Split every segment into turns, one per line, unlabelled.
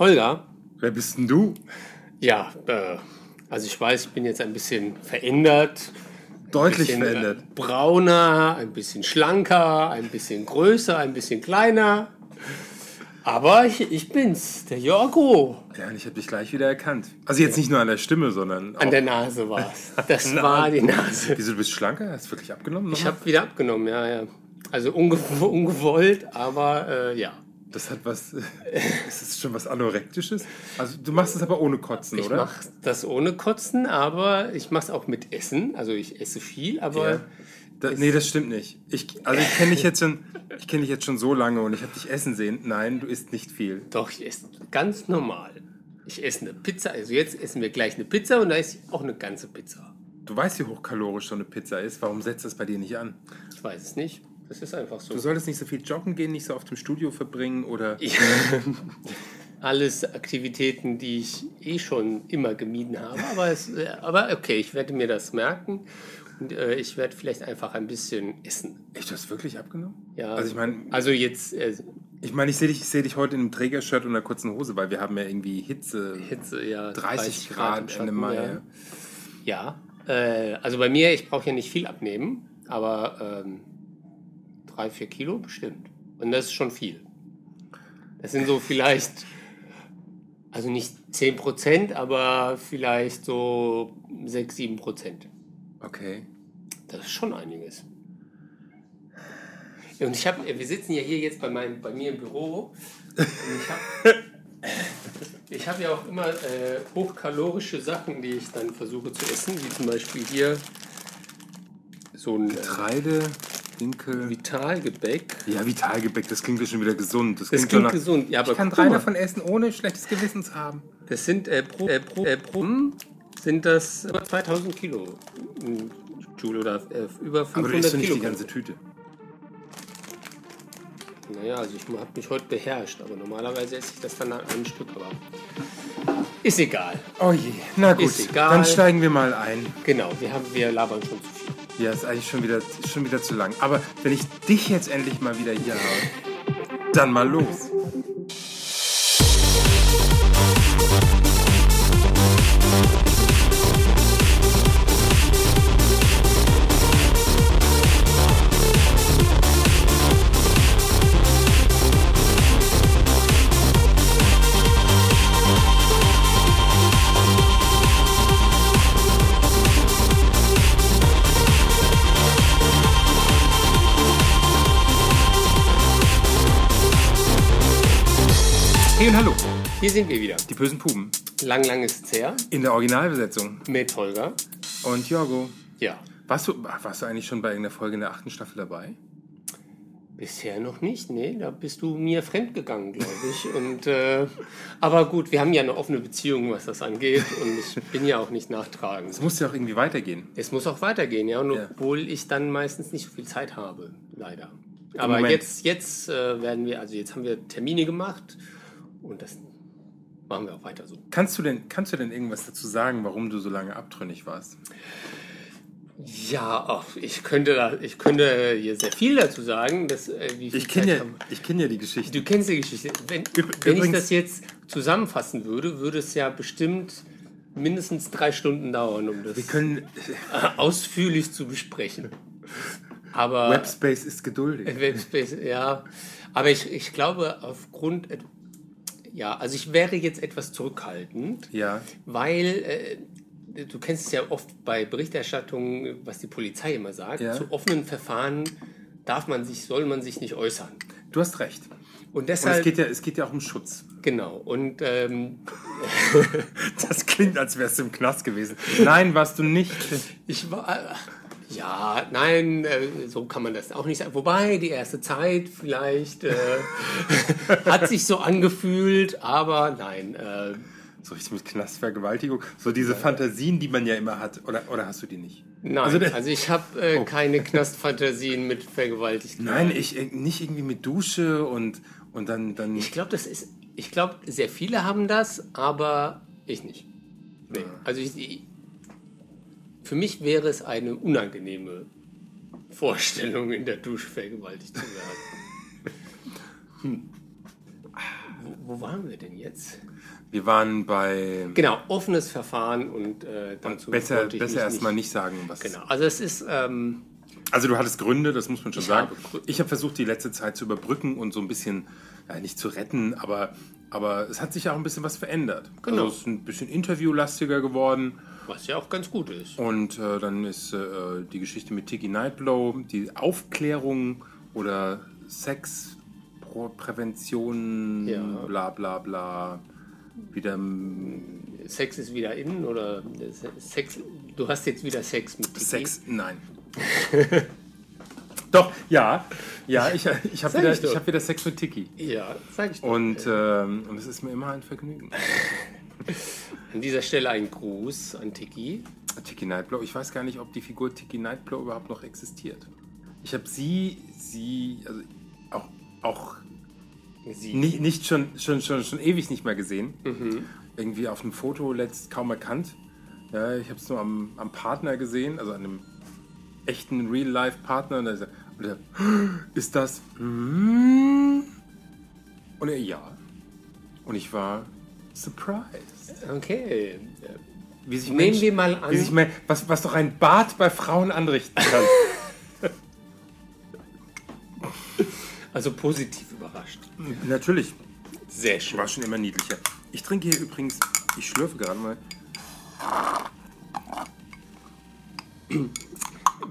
Holger,
Wer bist denn du?
ja, äh, also ich weiß, ich bin jetzt ein bisschen verändert.
Deutlich
bisschen,
verändert.
Äh, brauner, ein bisschen schlanker, ein bisschen größer, ein bisschen kleiner. Aber ich, ich bin's, der Jorgo.
Ja, und ich habe dich gleich wieder erkannt. Also jetzt nicht nur an der Stimme, sondern auch.
An der Nase war's. Das war die Nase.
Wieso, du bist schlanker? Hast du wirklich abgenommen?
Ich
nochmal?
habe wieder abgenommen, ja, ja. Also unge ungewollt, aber äh, ja.
das hat was. ist das schon was Anorektisches? Also du machst es aber ohne Kotzen,
Ich
oder?
mache das ohne Kotzen, aber ich mache es auch mit Essen. Also ich esse viel, aber
Ja. Da, nee, das stimmt nicht. Ich, also ich kenne dich jetzt schon, ich kenne dich jetzt schon so lange und ich habe dich essen sehen. Nein, du isst nicht viel.
doch, ich esse ganz normal. Ich esse eine Pizza. Also jetzt essen wir gleich eine Pizza und da esse ich auch eine ganze Pizza.
Du weißt, wie hochkalorisch so eine Pizza ist. Warum setzt das bei dir nicht an?
Ich weiß es nicht. Das ist einfach so.
Du solltest nicht so viel joggen gehen, nicht so oft im Studio verbringen oder.
Alles Aktivitäten, die ich eh schon immer gemieden habe. Aber, es, äh, aber okay, ich werde mir das merken. Und äh, ich werde vielleicht einfach ein bisschen essen.
Echt, du hast wirklich abgenommen?
Ja,
Also ich meine,
also jetzt äh,
Ich meine, ich sehe dich, ich seh dich heute in einem Trägershirt und einer kurzen Hose, weil wir haben ja irgendwie Hitze,
Hitze, ja.
30
im
Grad
Schatten,
Ende Mai.
ja. Ja, äh, also bei mir, ich brauche ja nicht viel abnehmen, aber ähm, drei, vier Kilo bestimmt. Und das ist schon viel. Das sind so vielleicht, also nicht 10 Prozent, aber vielleicht so 6, 7 Prozent.
Okay.
Das ist schon einiges. Ja, Und ich habe, wir sitzen ja hier jetzt bei, meinem, bei mir im Büro. Und ich habe ich hab ja auch immer äh, hochkalorische Sachen, die ich dann versuche zu essen, wie zum Beispiel hier so ein äh,
Getreide, Dinkel.
Vitalgebäck.
Ja, Vitalgebäck, das klingt ja schon wieder gesund. Das
Das
klingt, schon
klingt gesund, ja, aber
Ich kann
guck
drei
mal.
davon essen, ohne schlechtes Gewissen zu haben.
Das sind äh, pro, äh, pro, äh, pro sind das über 2000 Kilo mm, Joule oder äh, über 500
Aber du isst doch nicht
Kilo.
die ganze Tüte.
Naja, also ich habe mich heute beherrscht, aber normalerweise esse ich das dann an einem Stück, aber ist egal.
Oh je, na gut,
Ist egal.
dann steigen wir mal ein.
Genau, wir, haben, wir labern schon zu viel.
Ja, ist eigentlich schon wieder, ist schon wieder zu lang. Aber wenn ich dich jetzt endlich mal wieder hier habe, dann mal los. Hey und hallo,
Hier sind wir wieder.
die bösen Puben.
Lang, lang ist's her
In der Originalbesetzung.
mit Holger.
Und Jorgo.
Ja,
Warst du, warst du eigentlich schon bei irgendeiner Folge in der achten Staffel dabei?
bisher noch nicht. Nee, da bist du mir fremdgegangen, glaube ich. Und, äh, aber gut, wir haben ja eine offene Beziehung, was das angeht. Und ich bin ja auch nicht nachtragend.
Es muss ja auch irgendwie weitergehen.
Es muss auch weitergehen, ja, und
Ja.
obwohl ich dann meistens nicht so viel Zeit habe, leider. Aber
Moment.
jetzt, jetzt äh, werden wir, also jetzt haben wir Termine gemacht und das machen wir auch weiter so.
Kannst du denn, kannst du denn irgendwas dazu sagen, warum du so lange abtrünnig warst?
Ja, ach, ich könnte da, ich könnte hier sehr viel dazu sagen, dass äh, wie viel
Ich kenne ja,
haben-
ich kenn ja die Geschichte.
Du kennst die Geschichte. Wenn,
Üb-
wenn ich
übrigens-
das jetzt zusammenfassen würde, würde es ja bestimmt mindestens drei Stunden dauern, um das
Wir können.
ausführlich zu besprechen. Aber
Webspace ist geduldig.
Webspace, ja. Aber ich, ich glaube, aufgrund. et- Ja, also ich wäre jetzt etwas zurückhaltend,
Ja.
weil äh, du kennst es ja oft bei Berichterstattungen, was die Polizei immer sagt.
Ja.
Zu offenen Verfahren darf man sich, soll man sich nicht äußern.
Du hast recht. Und
Und
es
deshalb.
geht ja, es geht ja auch um Schutz.
genau. Und ähm,
Das klingt, als wärst du im Knast gewesen. Nein, warst du nicht.
ich war. äh, Ja, nein, äh, so kann man das auch nicht sagen. Wobei, die erste Zeit vielleicht äh, hat sich so angefühlt, aber nein. Äh,
So richtig mit Knastvergewaltigung. So diese Fantasien, die man ja immer hat. Oder, oder hast du die nicht?
Nein,
Also
also,
der- Oh.
ich habe äh, keine Knastfantasien mit Vergewaltigten.
Nein, ich äh, nicht irgendwie mit Dusche und, und dann, dann.
Ich glaube, das ist. Ich glaube, sehr viele haben das, aber ich nicht. Nee.
Ah.
Also ich, ich, für mich wäre es eine unangenehme Vorstellung, in der Dusche vergewaltigt zu werden. Hm. Wo, wo waren wir denn jetzt?
Wir waren bei
Genau, offenes Verfahren und äh, dazu
besser,
wollte ich
besser
mich
erstmal
nicht-
nicht sagen, was.
Genau, also es ist, ähm,
Also du hattest Gründe, das muss man schon
Ich
sagen.
habe Gründe.
Ich habe versucht, die letzte Zeit zu überbrücken und so ein bisschen, ja, nicht zu retten, aber, aber es hat sich ja auch ein bisschen was verändert.
Genau.
Also es ist ein bisschen interviewlastiger geworden
was ja auch ganz gut ist.
und äh, dann ist äh, die Geschichte mit Tiki Nightblow, die Aufklärung oder Sexprävention,
Ja.
bla bla bla, wieder
Sex ist wieder innen oder äh, Sex, du hast jetzt wieder Sex mit Tiki.
Sex, nein. Doch, ja, ja, ich, ich habe
Sag
wieder,
ich doch.
ich hab wieder Sex mit Tiki.
Ja, sag ich doch.
Und, ähm, und es ist mir immer ein Vergnügen.
An dieser Stelle ein Gruß an Tiki.
Tiki Nightblow, ich weiß gar nicht, ob die Figur Tiki Nightblow überhaupt noch existiert. Ich habe sie, sie, also auch, auch
Sie.
nicht, nicht schon, schon, schon, schon ewig nicht mehr gesehen.
Mhm.
Irgendwie auf einem Foto letzt kaum erkannt. Ja, ich habe es nur am, am Partner gesehen, also an einem echten Real-Life-Partner. Und da ist, er, und er, ist das? hm?" Und er, ja. Und ich war surprised.
Okay.
Wie sich
Nehmen
Menschen-
wir mal
Wie sich
an,
mein, was, was doch ein Bart bei Frauen anrichten kann.
also positiv überrascht.
Natürlich,
Sehr schön.
war schon immer niedlicher. Ich trinke hier übrigens, ich schlürfe gerade mal.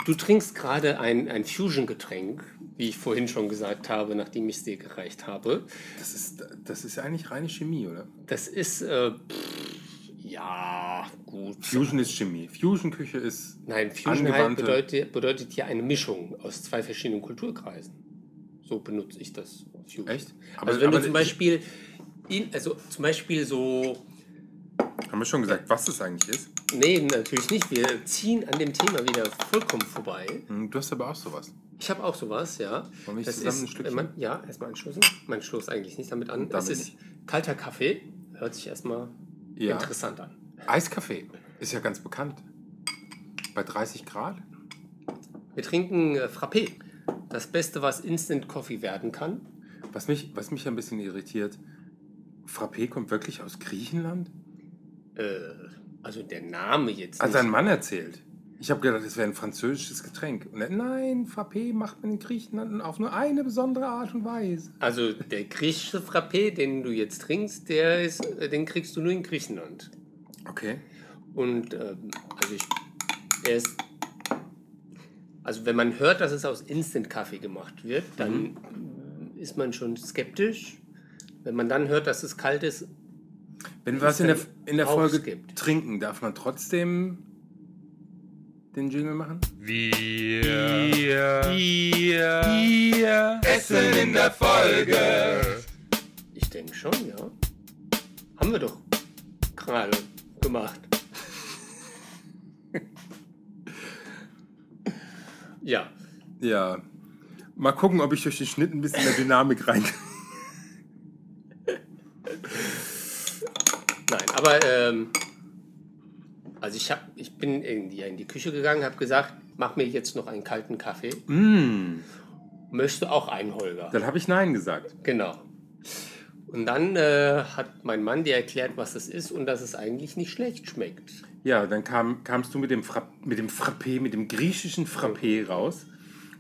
Du trinkst gerade ein, ein Fusion-Getränk, wie ich vorhin schon gesagt habe, nachdem ich es dir gereicht habe.
Das ist, das ist eigentlich reine Chemie, oder?
Das ist, äh, pff, ja, gut.
Fusion ist Chemie. Fusion-Küche ist.
Nein, Fusion halt
Angewandte-
bedeutet, bedeutet ja eine Mischung aus zwei verschiedenen Kulturkreisen. So benutze ich das. Fusion.
Echt? Aber-
also wenn
aber
du zum
das-
Beispiel, in, also zum Beispiel so,
Haben wir schon gesagt, was das eigentlich ist?
nee, natürlich nicht, wir ziehen an dem Thema wieder vollkommen vorbei.
Hm, Du hast aber auch sowas.
Ich habe auch sowas, ja.
Wollen wir zusammen ein Stückchen?
man, ja, erstmal anstoßen. Man stoßt eigentlich nicht damit an. es
Damit
ist kalter Kaffee, hört sich erstmal
Ja.
interessant an.
Eiskaffee ist ja ganz bekannt. Bei 30 Grad?
Wir trinken äh, Frappé. Das Beste, was Instant Coffee werden kann.
Was mich, was mich ein bisschen irritiert, Frappé kommt wirklich aus Griechenland?
Äh, also der Name jetzt.
Hat
Nicht.
sein Mann erzählt. Ich habe gedacht, es wäre ein französisches Getränk. Und er, nein, Frappé macht man in Griechenland auf nur eine besondere Art und Weise.
Also der griechische Frappé, den du jetzt trinkst, der ist, äh, den kriegst du nur in Griechenland.
Okay.
Und ähm, also ich, er ist, also wenn man hört, dass es aus Instant-Kaffee gemacht wird, dann ist man schon skeptisch. Wenn man dann hört, dass es kalt ist,
Wenn wir was in der, in der
auch
Folge
gibt.
trinken, darf man trotzdem den Jingle machen?
ich denke schon, ja. Haben wir doch gerade gemacht. ja,
Ja. Mal gucken, ob ich durch den Schnitt ein bisschen mehr Dynamik rein.
nein, aber ähm, also ich, hab, ich bin in die, in die Küche gegangen, habe gesagt, mach mir jetzt noch einen kalten Kaffee.
Mm,
Möchtest du auch einen, Holger?
dann habe ich Nein gesagt.
Genau. Und dann äh, hat mein Mann dir erklärt, was das ist und dass es eigentlich nicht schlecht schmeckt.
Ja, dann kam, kamst du mit dem, Fra mit dem Frappé, mit dem griechischen Frappé raus.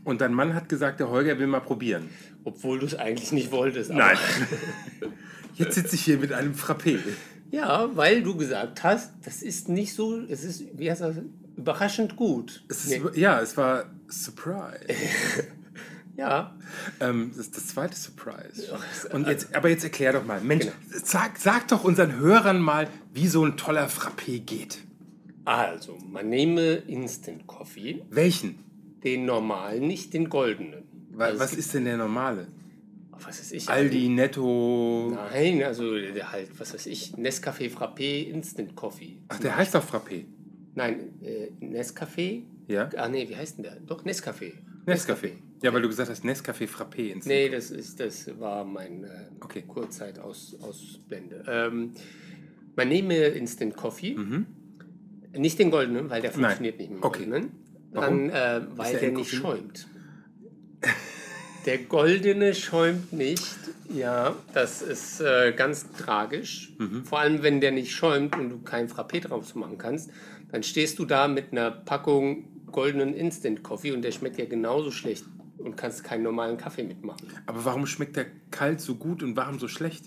Und dein Mann hat gesagt, der Holger will mal probieren.
Obwohl du es eigentlich nicht wolltest. aber-
Nein. Jetzt sitze ich hier mit einem Frappé.
Ja, weil du gesagt hast, das ist nicht so, es ist, wie heißt das, überraschend gut.
Es ist,
Nee.
Ja, es war Surprise.
Ja,
ähm, das ist das zweite Surprise. Und jetzt, aber jetzt erklär doch mal. Mensch, sag, sag doch unseren Hörern mal, wie so ein toller Frappé geht.
also, man nehme Instant Coffee,
Welchen?
den normalen, nicht den goldenen.
Wa-
Also es
Was
gibt-
ist denn der normale?
Was weiß ich?
Aldi, Netto.
Nein, also der halt, was weiß ich, Nescafé Frappé, Instant Coffee.
Ach, der heißt doch Frappé.
Nein, äh, Nescafé.
Ja?
Ah, nee, wie heißt denn der? Doch, Nescafé.
Nescafé. Ja, weil du gesagt hast, Nescafé Frappé. Ins
Nee, das, ist, das war mein äh,
Okay.
Kurzzeit aus, Ausblende. Ähm, man nehme Instant Coffee.
Mhm.
Nicht den goldenen, weil der funktioniert nicht mit dem ne?
Okay.
goldenen.
Warum?
Dann, äh, Hm? weil
der
der
in
nicht
Koffein?
schäumt. Der Goldene schäumt nicht. Ja, das ist äh, ganz tragisch.
Mhm.
Vor allem, wenn der nicht schäumt und du kein Frappé drauf machen kannst, dann stehst du da mit einer Packung goldenen Instant Coffee und der schmeckt ja genauso schlecht und kannst keinen normalen Kaffee mitmachen.
Aber warum schmeckt der kalt so gut und warm so schlecht?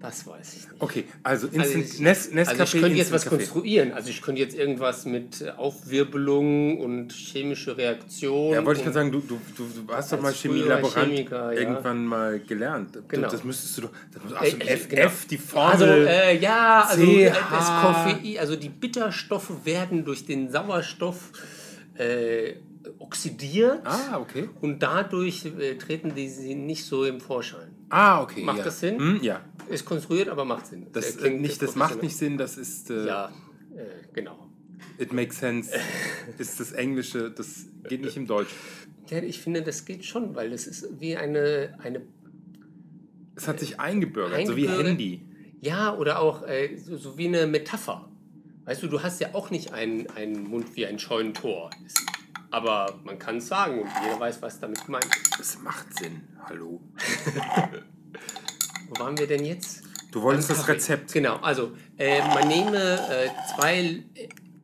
Das weiß ich nicht.
Okay, also
Also
Instant,
ich,
Nes, Nescafé
also ich könnte jetzt was
Instant Kaffee.
konstruieren. Also ich könnte jetzt irgendwas mit äh, Aufwirbelung und chemische Reaktion.
Ja, wollte ich
und-
gerade sagen, du, du, du, du hast
Als
doch mal
früherer
Chemielaborant
Chemiker, ja.
irgendwann mal gelernt.
Genau.
Genau. Das müsstest du doch. Das muss, ach,
Äh,
so ein
äh,
F,
genau.
F, die
Also,
Formel.
äh, ja, also
CH.
das Koffein, also die Bitterstoffe werden durch den Sauerstoff äh, oxidiert
ah, okay.
und dadurch äh, treten die sie nicht so im Vorschein.
Ah, okay.
Macht
ja.
das Sinn?
Hm, ja.
Ist konstruiert, aber macht Sinn.
Das,
Äh,
äh,
klingt
nicht, das macht nicht Sinn, das ist. Äh,
Ja, äh, genau.
It makes sense. ist das Englische, das geht nicht im Deutsch.
Ja, ich finde, das geht schon, weil das ist wie eine, eine
Es hat sich eingebürgert, so wie
Eingebürgert.
Handy.
Ja, oder auch äh, so, so wie eine Metapher. Weißt du, du hast ja auch nicht einen, einen Mund wie ein Scheunentor. Ist- Aber man kann es sagen und jeder weiß, was damit gemeint ist.
Es macht Sinn. Hallo.
Wo waren wir denn jetzt?
Du wolltest
Beim
das
Kaffee.
Rezept.
Genau, also äh, man nehme äh, zwei äh,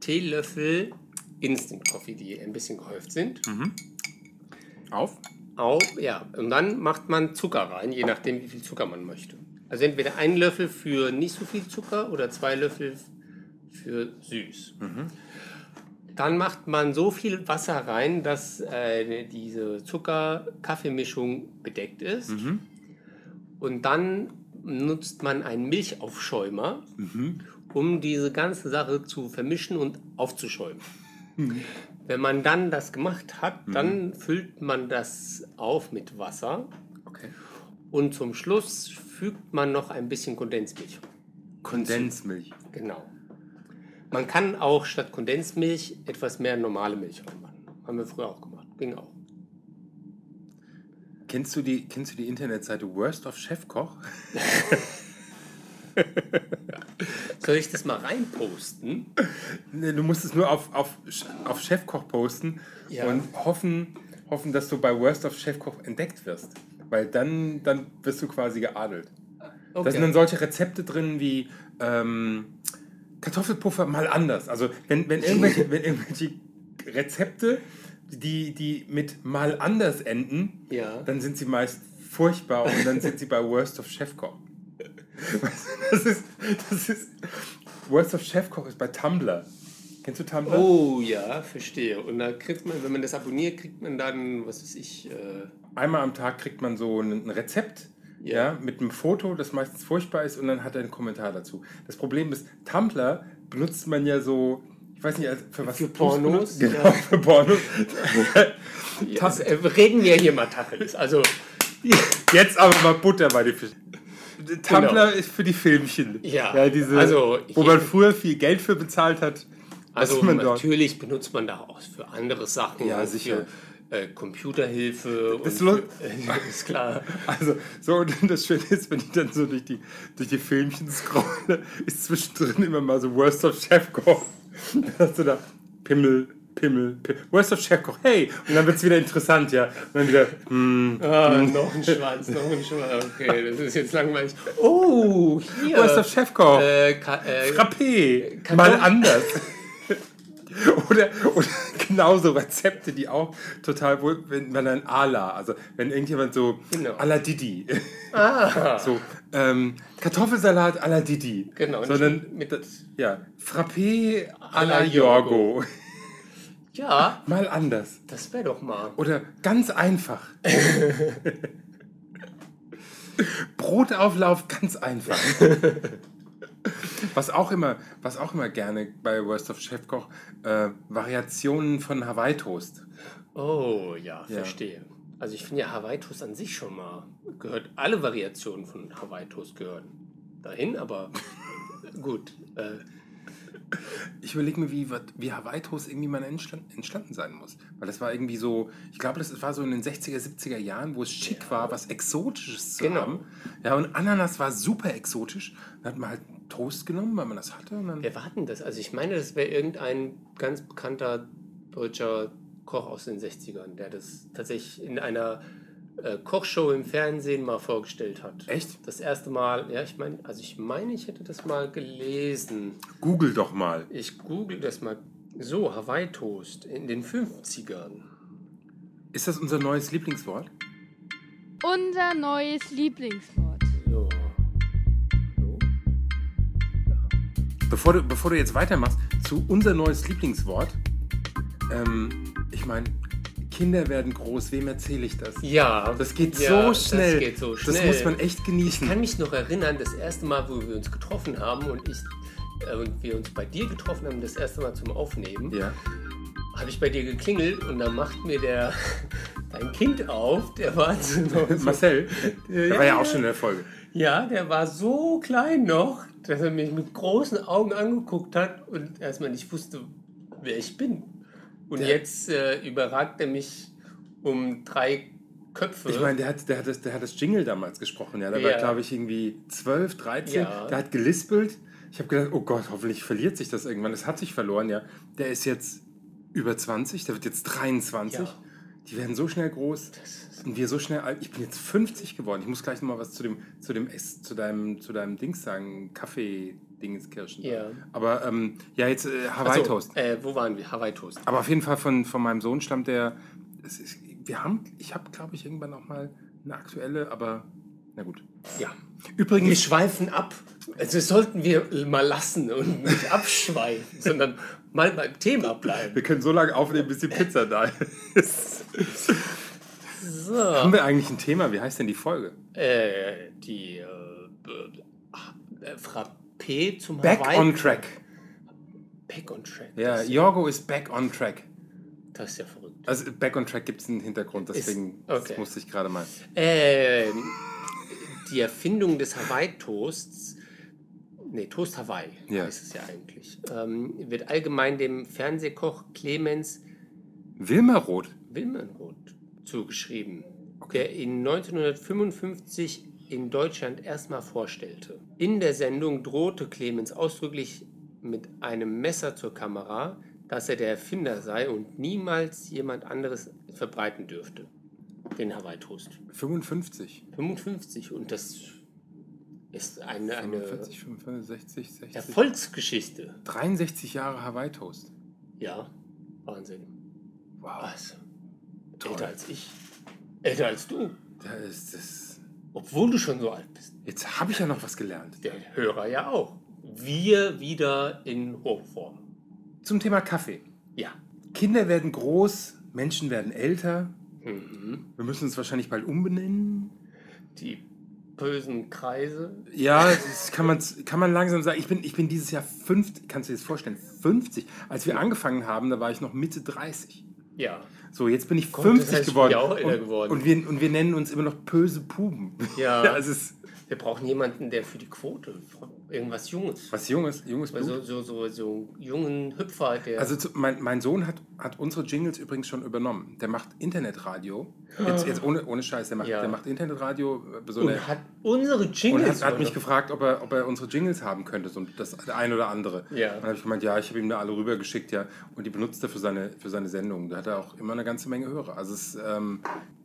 Teelöffel Instant Coffee, die ein bisschen gehäuft sind.
Auf.
Auf, ja, und dann macht man Zucker rein, je nachdem, wie viel Zucker man möchte. Also entweder einen Löffel für nicht so viel Zucker oder zwei Löffel für süß. Dann macht man so viel Wasser rein, dass äh, diese Zucker-Kaffeemischung bedeckt ist. Und dann nutzt man einen Milchaufschäumer, um diese ganze Sache zu vermischen und aufzuschäumen. Wenn man dann das gemacht hat, dann füllt man das auf mit Wasser
Okay.
und zum Schluss fügt man noch ein bisschen Kondensmilch.
Kondensmilch.
Genau. Man kann auch statt Kondensmilch etwas mehr normale Milch reinmachen. Haben wir früher auch gemacht. Ging auch.
Kennst du die, kennst du die Internetseite Worst of Chefkoch?
Soll ich das mal reinposten?
Nee, du musst es nur auf, auf, Sch- auf Chefkoch posten
Ja.
und hoffen, hoffen, dass du bei Worst of Chefkoch entdeckt wirst. Weil dann, dann wirst du quasi geadelt. Da sind dann solche Rezepte drin wie ähm, Kartoffelpuffer mal anders. Also wenn, wenn, irgendwelche, wenn irgendwelche Rezepte, die, die mit mal anders enden,
Ja.
dann sind sie meist furchtbar und dann sind sie bei Worst of Chefkoch. Weißt du, Das ist, das ist, Worst of Chefkoch ist bei Tumblr. Kennst du Tumblr?
Oh ja, verstehe. Und da kriegt man, wenn man das abonniert, kriegt man dann, was weiß ich, äh,
Einmal am Tag kriegt man so ein, ein Rezept
Ja.
ja. mit einem Foto, das meistens furchtbar ist, und dann hat er einen Kommentar dazu. Das Problem ist, Tumblr benutzt man ja so, ich weiß nicht, als- für was.
Für
du's
Pornos,
benutzt? Genau, für Pornos.
das, äh, reden wir hier mal Tacheles. Also,
Jetzt aber mal Butter bei den Fischen. Tumblr
Genau.
ist für die Filmchen.
Ja.
diese,
Also,
wo
ich-
man früher viel Geld für bezahlt hat. was
also
man dort-
natürlich benutzt man da auch für andere Sachen.
Ja,
und
sicher.
Für, äh, Computerhilfe.
Das
und
lo-
für, äh, ist klar.
Also, so, und das Schöne ist, wenn ich dann so durch die, durch die Filmchen scrolle, ist zwischendrin immer mal so Worst of Chefkoch. Dann hast du da Pimmel, Pimmel, Pimmel, Worst of Chefkoch, hey! Und dann wird es wieder interessant, ja. Und dann wieder, hm,
Ah, noch ein Schwanz, noch ein Schwanz. Okay, das ist jetzt langweilig. Oh, hier.
Worst of Chefkoch,
äh, Ka- äh,
Frappé,
Karton-
mal anders. Oder, oder genauso Rezepte, die auch total wohl, wenn man dann Ala, also wenn irgendjemand so
Genau. Ah.
Ala Didi, so ähm, Kartoffelsalat Ala Didi,
Genau, nicht
sondern
mit-
mit, ja, Frappé
la
Ala Jorgo,
ja,
mal anders
das wäre doch mal.
oder ganz einfach. Brotauflauf ganz einfach. Was auch immer, was auch immer gerne bei Worst of Chefkoch äh, Variationen von Hawaii Toast.
Oh, ja, verstehe. Also ich finde ja Hawaii-Toast an sich schon mal gehört. Alle Variationen von Hawaii-Toast gehören dahin, aber gut. Äh,
Ich überlege mir, wie, wat- wie Hawaii Toast irgendwie mal entstanden, entstanden sein muss, weil das war irgendwie so, ich glaube, das war so in den 60er, 70er Jahren, wo es schick war, was exotisches zu
Genau.
haben. Ja, und Ananas war super exotisch. Dann hat man halt Toast genommen, weil man das hatte und dann
wer war denn das? Also ich meine, das wäre irgendein ganz bekannter deutscher Koch aus den 60ern, der das tatsächlich in einer äh, Kochshow im Fernsehen mal vorgestellt hat.
Echt?
Das erste Mal, ja, ich meine, also ich meine, ich hätte das mal gelesen.
Google doch mal.
Ich google das mal. So, Hawaii Toast in den 50ern.
Ist das unser neues Lieblingswort?
Unser neues Lieblingswort.
So. so.
Bevor du, bevor du jetzt weitermachst, zu unser neues Lieblingswort. Ähm, ich meine, Kinder werden groß, wem erzähle ich das?
Ja.
Das geht,
ja,
so schnell.
Das geht so schnell.
Das muss man echt
Ich kann
genießen.
mich noch erinnern, das erste Mal, wo wir uns getroffen haben und ich äh, und wir uns bei dir getroffen haben, das erste Mal zum Aufnehmen,
ja.
habe ich bei dir geklingelt und dann macht mir der dein Kind auf, der war so,
Marcel, der
Ja,
war ja
ja.
auch schon in der Folge.
ja, der war so klein noch, dass er mich mit großen Augen angeguckt hat und erstmal nicht wusste, wer ich bin. Und jetzt äh, überragt er mich um drei Köpfe.
Ich meine, der hat, der, hat das, der hat das Jingle damals gesprochen. Ja, da war,
Ja.
glaube ich, irgendwie 12, 13.
Ja.
Der hat gelispelt. Ich habe gedacht, oh Gott, hoffentlich verliert sich das irgendwann. Das hat sich verloren, ja. Der ist jetzt über 20, der wird jetzt 23.
Ja.
Die werden so schnell groß und wir so schnell alt. Ich bin jetzt 50 geworden. Ich muss gleich nochmal was zu dem, zu dem, Ess- zu deinem, zu deinem Dings sagen. Kaffee-Dingenskirschen.
Ja.
Aber, ähm, ja, jetzt äh,
Ach so,
Hawaii-Toast.
Äh, wo waren wir? Hawaii Toast.
Aber auf jeden Fall von, von meinem Sohn stammt der. Es ist, wir haben, ich habe, glaube ich, irgendwann noch mal eine aktuelle, aber na gut.
Ja. Wir
Übrigens,
schweifen ab. Also das sollten wir mal lassen und nicht abschweifen, sondern mal beim Thema bleiben.
wir können so lange aufnehmen, bis die Pizza da ist.
So.
haben wir eigentlich ein Thema? Wie heißt denn die Folge?
Äh, die äh, b- ah, äh, Frappé zum
Back
Hawaii.
on track.
Back on Track.
Ja,
das,
Jorgo ist back on track.
das ist ja verrückt.
Also back on track gibt es einen Hintergrund, deswegen
okay.
das musste ich gerade mal.
Ähm, die Erfindung des Hawaii-Toasts, nee, Toast Hawaii
Ja.
ist es ja eigentlich, ähm, wird allgemein dem Fernsehkoch Clemens
Wilma Roth.
Wilmenroth zugeschrieben, der ihn 1955 in Deutschland erstmal vorstellte. In der Sendung drohte Clemens ausdrücklich mit einem Messer zur Kamera, dass er der Erfinder sei und niemals jemand anderes verbreiten dürfte. Den Hawaii Toast.
55.
55 und das ist eine, eine
45, 55, 60, 60.
Erfolgsgeschichte.
63 Jahre Hawaii Toast.
Ja, Wahnsinn.
Wow.
Was?
Toll.
Älter als ich. Älter als du.
Da ist das.
Obwohl du schon so alt bist.
Jetzt habe ich ja noch was gelernt.
Der Hörer ja auch. Wir wieder in Hochform.
Zum Thema Kaffee.
Ja.
Kinder werden groß, Menschen werden älter.
Mhm.
Wir müssen uns wahrscheinlich bald umbenennen.
Die bösen Kreise.
Ja, das kann man, kann man langsam sagen. Ich bin, ich bin dieses Jahr 50, kannst du dir das vorstellen, 50. Als wir angefangen haben, da war ich noch Mitte 30.
Ja.
So, jetzt bin ich
Gott, das
50
heißt, ich bin
geworden.
ja auch älter
und,
geworden.
Und, wir, und wir nennen uns immer noch böse Puben.
Ja.
ja es ist
Wir brauchen jemanden, der für die Quote irgendwas Junges.
was Junges, Junges Blut.
Also so, so, so einen jungen Hüpfer, der.
Also zu, mein, mein Sohn hat, hat unsere Jingles übrigens schon übernommen. Der macht Internetradio. Jetzt, jetzt ohne, ohne Scheiß, der macht,
Ja.
der macht Internetradio. äh, So eine,
und hat unsere
Und
Jingles.
hat, hat mich
oder?
gefragt, ob er, ob er unsere Jingles haben könnte, so das ein oder andere.
Ja.
Und dann habe ich gemeint, ja, ich habe ihm da alle rübergeschickt, ja. Und die benutzt er für seine, für seine Sendung. Da hat er auch immer eine ganze Menge Hörer. Also es, ähm,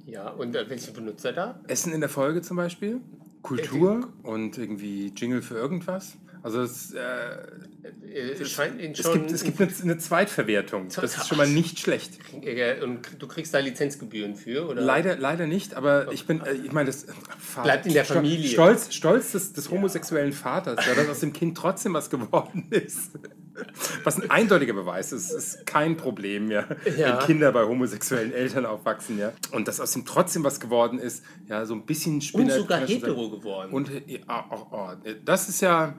ja, und äh, welche benutzt er da?
Essen in der Folge zum Beispiel, Kultur und irgendwie Jingle für irgendwas. Also es, äh,
Äh, Es scheint ihn
es
schon.
gibt, es gibt eine, eine Zweitverwertung. Das ist schon mal nicht schlecht.
Äh, und du kriegst da Lizenzgebühren für, oder?
Leider, leider nicht, aber ich bin, äh, ich meine, das Vater-
Bleibt in der
Stol-
Familie.
Stolz, Stolz des, des homosexuellen Vaters, ja, dass aus dem Kind trotzdem was geworden ist. Was ein eindeutiger Beweis ist, ist kein Problem, ja.
Ja.
Wenn Kinder bei homosexuellen Eltern aufwachsen, ja. Und dass aus dem trotzdem was geworden ist, ja, so ein bisschen
Und
Spinner.
sogar
kann man schon
hetero
sagen.
geworden.
Und äh, oh, oh, oh, das ist ja.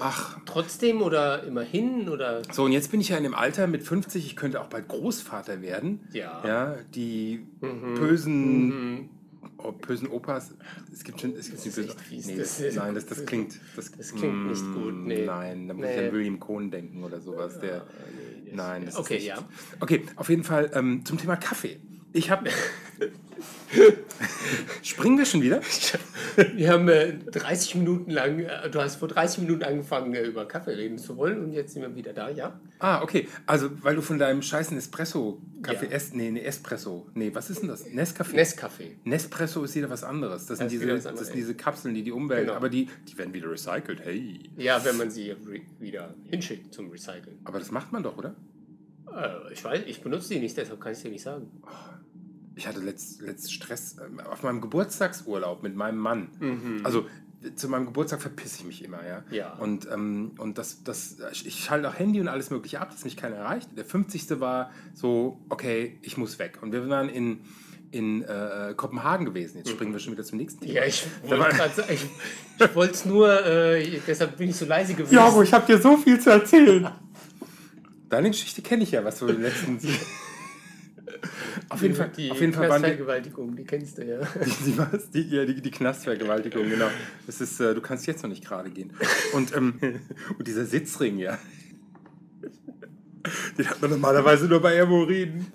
Ach,
Trotzdem oder immerhin oder.
so, und jetzt bin ich ja in dem Alter mit 50, ich könnte auch bald Großvater werden.
Ja. Mhm.
Ja, die bösen, oh, bösen Opas. Es gibt schon, es gibt die
ist
bösen.
echt fies,
Nee,
das
das,
ist-
nein, das, das klingt. Das,
Das klingt nicht
Mm,
gut, nee.
Nein, da muss
Nee. Ah,
ich an William Cohn denken oder sowas. Der, nein, das
Okay,
ist nicht,
ja.
Okay, auf jeden Fall ähm, zum Thema Kaffee. Ich habe. Springen wir schon wieder?
Wir haben äh, 30 Minuten lang, äh, du hast vor 30 Minuten angefangen, äh, über Kaffee reden zu wollen und jetzt sind wir wieder da, ja?
Ah, okay. Also, weil du von deinem scheißen Espresso-Kaffee.
Ja.
Es, nee, nee, Espresso. Nee, was ist denn das? Nescafé?
Nescafé.
Nespresso ist wieder was anderes. Das sind,
ist
diese,
wieder was
das
anderes,
sind diese Kapseln, die die Umwelt.
Genau.
Aber die, die werden wieder recycelt. Hey.
Ja, wenn man sie re- wieder hinschickt zum Recyceln.
Aber das macht man doch, oder?
Äh, ich weiß, ich benutze die nicht, deshalb kann ich dir nicht sagen.
Ich hatte letzt, letzt Stress ähm, auf meinem Geburtstagsurlaub mit meinem Mann. Also äh, zu meinem Geburtstag verpiss ich mich immer, ja.
Mhm. Ja.
Und, ähm, und das, das, ich schalte auch Handy und alles Mögliche ab, dass mich keiner erreicht. Der 50. war so, okay, ich muss weg. Und wir waren in, in äh, Kopenhagen gewesen.
Mhm.
Jetzt springen wir schon wieder zum nächsten Thema.
Ja, ich wollte gerade sagen, ich, ich wollte es nur, äh, deshalb bin ich so leise gewesen.
ich habe dir so viel zu erzählen. Deine Geschichte kenne ich ja, was du in den letzten. auf jeden Fall,
die
auf jeden Fall waren wir,
Vergewaltigung, die kennst du ja.
Die, die, was? die, ja, die, die Knastvergewaltigung, genau. Das ist, äh, du kannst jetzt noch nicht gerade gehen. Und, ähm, und dieser Sitzring, ja. Den hat man normalerweise nur bei Hämorrhoiden.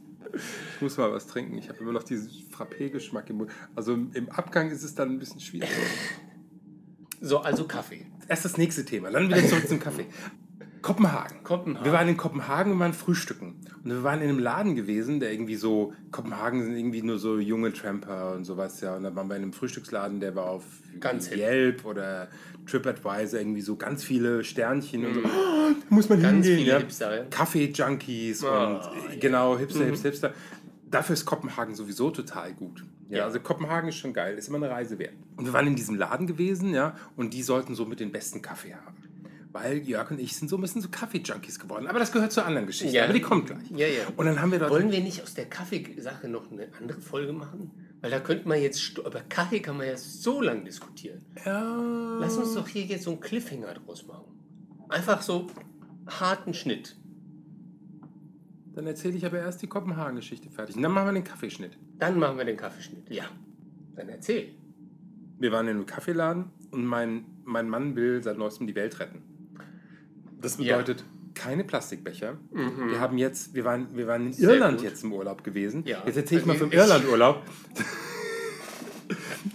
Ich muss mal was trinken. Ich habe immer noch diesen Frappé-Geschmack im Mund. Also im im Abgang ist es dann ein bisschen schwierig.
So, also Kaffee.
Erst das nächste Thema, dann wieder zurück zum Kaffee. Kopenhagen.
Kopenhagen.
Wir waren in Kopenhagen und waren frühstücken. Und wir waren in einem Laden gewesen, der irgendwie so, Kopenhagen sind irgendwie nur so junge Tramper und sowas, ja. Und dann waren wir in einem Frühstücksladen, der war auf
Ganz hip.
Yelp oder TripAdvisor, irgendwie so ganz viele Sternchen und so.
Mhm.
Oh, da muss man
Ganz
hingehen,
viele
ja.
Hipster, ja. Oh, Mhm.
Kaffee-Junkies und äh, genau, Hipster, Hipster, Hipster. Dafür ist Kopenhagen sowieso total gut. Ja,
Ja.
also Kopenhagen ist schon geil, ist immer eine Reise wert. Und wir waren in diesem Laden gewesen, ja, und die sollten so mit den besten Kaffee haben. Weil Jörg und ich sind so ein bisschen so Kaffee-Junkies geworden. Aber das gehört zur anderen Geschichte,
Ja.
aber die kommt gleich.
Ja, ja.
Und dann haben wir dort...
Wollen wir nicht aus der Kaffeesache noch eine andere Folge machen? Weil da könnte man jetzt, stu- über Kaffee kann man ja so lange diskutieren.
ja,
Lass uns doch hier jetzt so einen Cliffhanger draus machen. Einfach so harten Schnitt.
dann erzähle ich aber erst die Kopenhagen-Geschichte fertig. Und dann machen wir den Kaffeeschnitt.
Dann machen wir den Kaffeeschnitt. Ja. Dann erzähl.
Wir waren in einem Kaffeeladen und mein, mein Mann will seit neuestem die Welt retten. Das
Ja. Mhm.
bedeutet keine Plastikbecher. Wir haben jetzt, wir waren, wir waren in
Sehr
Irland
gut.
jetzt im Urlaub gewesen.
Ja.
Jetzt erzähle ich mal
Also
vom
ich-
Irland-Urlaub.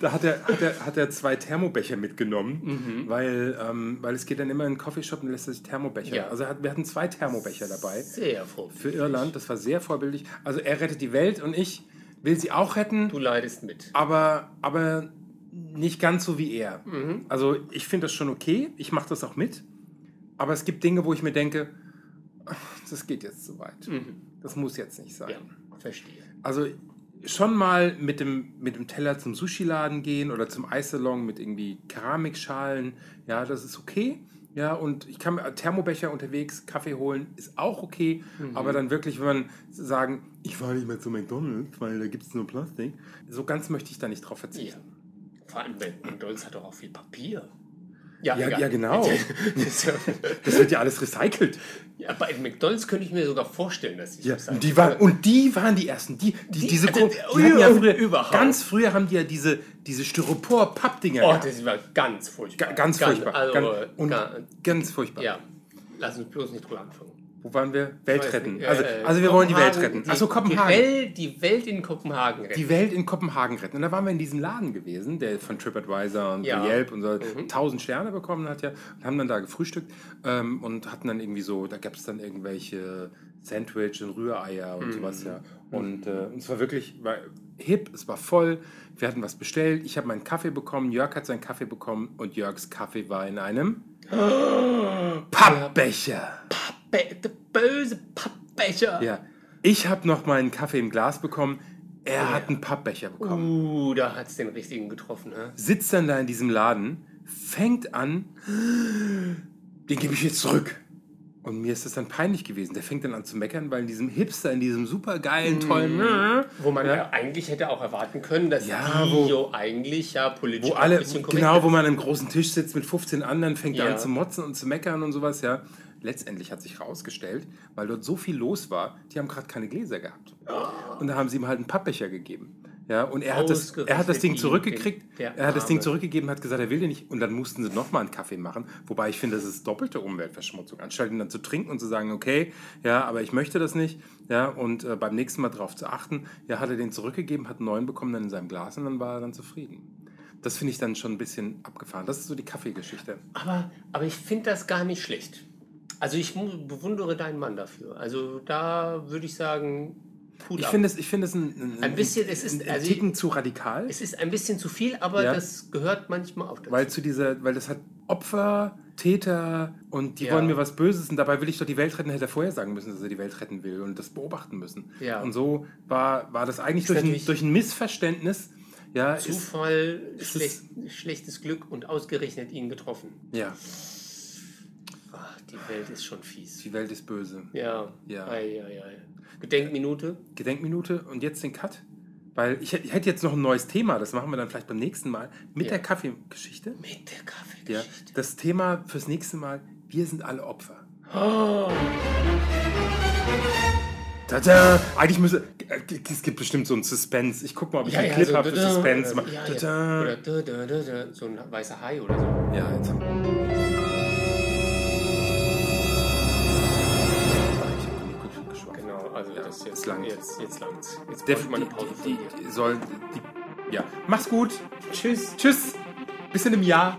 Da hat er, hat, er, hat er zwei Thermobecher mitgenommen,
Mhm.
weil, ähm, weil es geht dann immer in einen Coffeeshop und lässt sich Thermobecher.
Ja.
Also er hat, wir hatten zwei Thermobecher dabei
Sehr vorbildlich.
für Irland. Das war sehr vorbildlich. Also er rettet die Welt und ich will sie auch retten
Du leidest mit.
aber, aber nicht ganz so wie er. Also ich finde das schon okay, ich mache das auch mit, aber es gibt Dinge, wo ich mir denke, ach, das geht jetzt zu weit. Das muss jetzt nicht sein.
Ja, verstehe.
Also schon mal mit dem, mit dem Teller zum Sushi-Laden gehen oder zum Eissalon mit irgendwie Keramikschalen, ja, das ist okay. Ja, und ich kann mir Thermobecher unterwegs, Kaffee holen, ist auch okay.
Mhm.
Aber dann wirklich, wenn man sagen, ich fahre nicht mehr zu McDonalds, weil da gibt es nur Plastik, so ganz möchte ich da nicht drauf
Ja.
verzichten.
Vor allem, wenn McDonalds hat doch auch viel Papier.
Ja,
egal.
ja, genau.
Das ist ja-
Das wird ja alles recycelt.
ja, bei McDonalds könnte ich mir sogar vorstellen, dass ich
Ja,
das
und
sage.
die waren, und die waren die ersten. Die, die,
Die-
diese Gro-
also,
die hatten ja
oh,
früher,
überhaupt.
Ganz früher haben die ja diese, diese Styropor-Pappdinger.
Oh,
gehabt.
das war ganz furchtbar.
Ga- ganz furchtbar.
Also,
ganz, und
ga-
ganz furchtbar.
ja, lass uns bloß nicht drüber anfangen.
Wo waren wir? Welt retten.
Äh,
also,
äh,
also wir wollen die Welt
Kopenhagen,
retten. Achso,
Die
Kopenhagen.
Welt, die Welt in Kopenhagen retten.
Die Welt in Kopenhagen retten. Und da waren wir in diesem Laden gewesen, der von TripAdvisor und
Ja.
Yelp und so 1000 Sterne bekommen hat, ja. Und haben dann da gefrühstückt ähm, und hatten dann irgendwie so, da gab es dann irgendwelche Sandwich und Rühreier und sowas, ja. Und äh, und es war wirklich war hip, es war voll. Wir hatten was bestellt. Ich habe meinen Kaffee bekommen, Jörg hat seinen Kaffee bekommen und Jörgs Kaffee war in einem Pappbecher.
Be der böse Pappbecher.
Ja. Ich habe noch meinen Kaffee im Glas bekommen. Er hat einen Pappbecher bekommen.
Uh, da hat es den richtigen getroffen. Ne?
Sitzt dann da in diesem Laden, fängt an, den gebe ich jetzt zurück. Und mir ist das dann peinlich gewesen. Der fängt dann an zu meckern, weil in diesem Hipster, in diesem supergeilen, tollen,
Wo man ja. eigentlich hätte auch erwarten können, dass
Ja,
die
wo-
jo eigentlich ja politisch
wo
auch
alle,
ein bisschen korrekt
genau, wo man am großen Tisch sitzt mit 15 anderen, fängt er
Ja.
an zu motzen und zu meckern und sowas, ja. Letztendlich hat sich herausgestellt, weil dort so viel los war, die haben gerade keine Gläser gehabt. Und da haben sie ihm halt einen Pappbecher gegeben. Ja, und er hat, das, er hat das
Ausgerechnet
Ding
ihn,
zurückgekriegt.
den- der
er hat das Ding
Arme.
zurückgegeben, hat gesagt, er will den nicht. Und dann mussten sie nochmal einen Kaffee machen. Wobei ich finde, das ist doppelte Umweltverschmutzung. Anstatt ihn dann zu trinken und zu sagen, okay, ja, aber ich möchte das nicht. Ja, und äh, beim nächsten Mal drauf zu achten. Ja, hat er den zurückgegeben, hat einen neuen bekommen, dann in seinem Glas und dann war er dann zufrieden. Das finde ich dann schon ein bisschen abgefahren. Das ist so die Kaffeegeschichte.
Aber, aber ich finde das gar nicht schlecht. Also ich mu- bewundere deinen Mann dafür. Also da würde ich sagen, cool
Ich finde es, ich finde es ein,
Ein bisschen, es ist-
ein,
also
Ticken zu radikal.
es ist ein bisschen zu viel, aber
Ja.
das gehört manchmal auf dazu.
Weil zu dieser, weil das hat Opfer, Täter und die
Ja.
wollen mir was Böses und dabei will ich doch die Welt retten, hätte er vorher sagen müssen, dass er die Welt retten will und das beobachten müssen.
Ja.
Und so war, war das eigentlich
Ist
durch ein,
natürlich-
durch ein Missverständnis. Ja, ist,
Zufall,
ist
schlecht, schlechtes Glück und ausgerechnet ihn getroffen.
ja,
Ach, die Welt ist schon fies.
die Welt ist böse.
Ja.
Ja.
Ei, ei, ei. Gedenkminute.
Gedenkminute und jetzt den Cut. Weil ich, hätt- ich hätte jetzt noch ein neues Thema, das machen wir dann vielleicht beim nächsten Mal mit
Ja.
der Kaffeegeschichte.
Mit der
Ja,
Kaffeegeschichte.
das Thema fürs nächste Mal, wir sind alle Opfer. Tada! Eigentlich müsste. äh, Es gibt bestimmt so einen Suspense. Ich guck mal, ob ich einen Clip habe für Suspense.
Oder, also ja, ja.
Tada!
oder Genau. da, da, da, da, so ein weißer Hai oder so.
Ja, jetzt haben wir. Ich hab genug gesch- geschwafelt.
Genau, also
Ja,
das
es
jetzt
langt.
Jetzt, jetzt langt's. Jetzt
Der,
brauche ich mal eine Pause
die,
von dir.
die, die soll. Die, ja. Mach's gut. Tschüss. Tschüss. Bis in einem Jahr.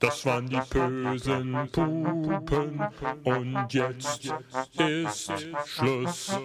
Das waren die bösen Pupen und jetzt ist Schluss.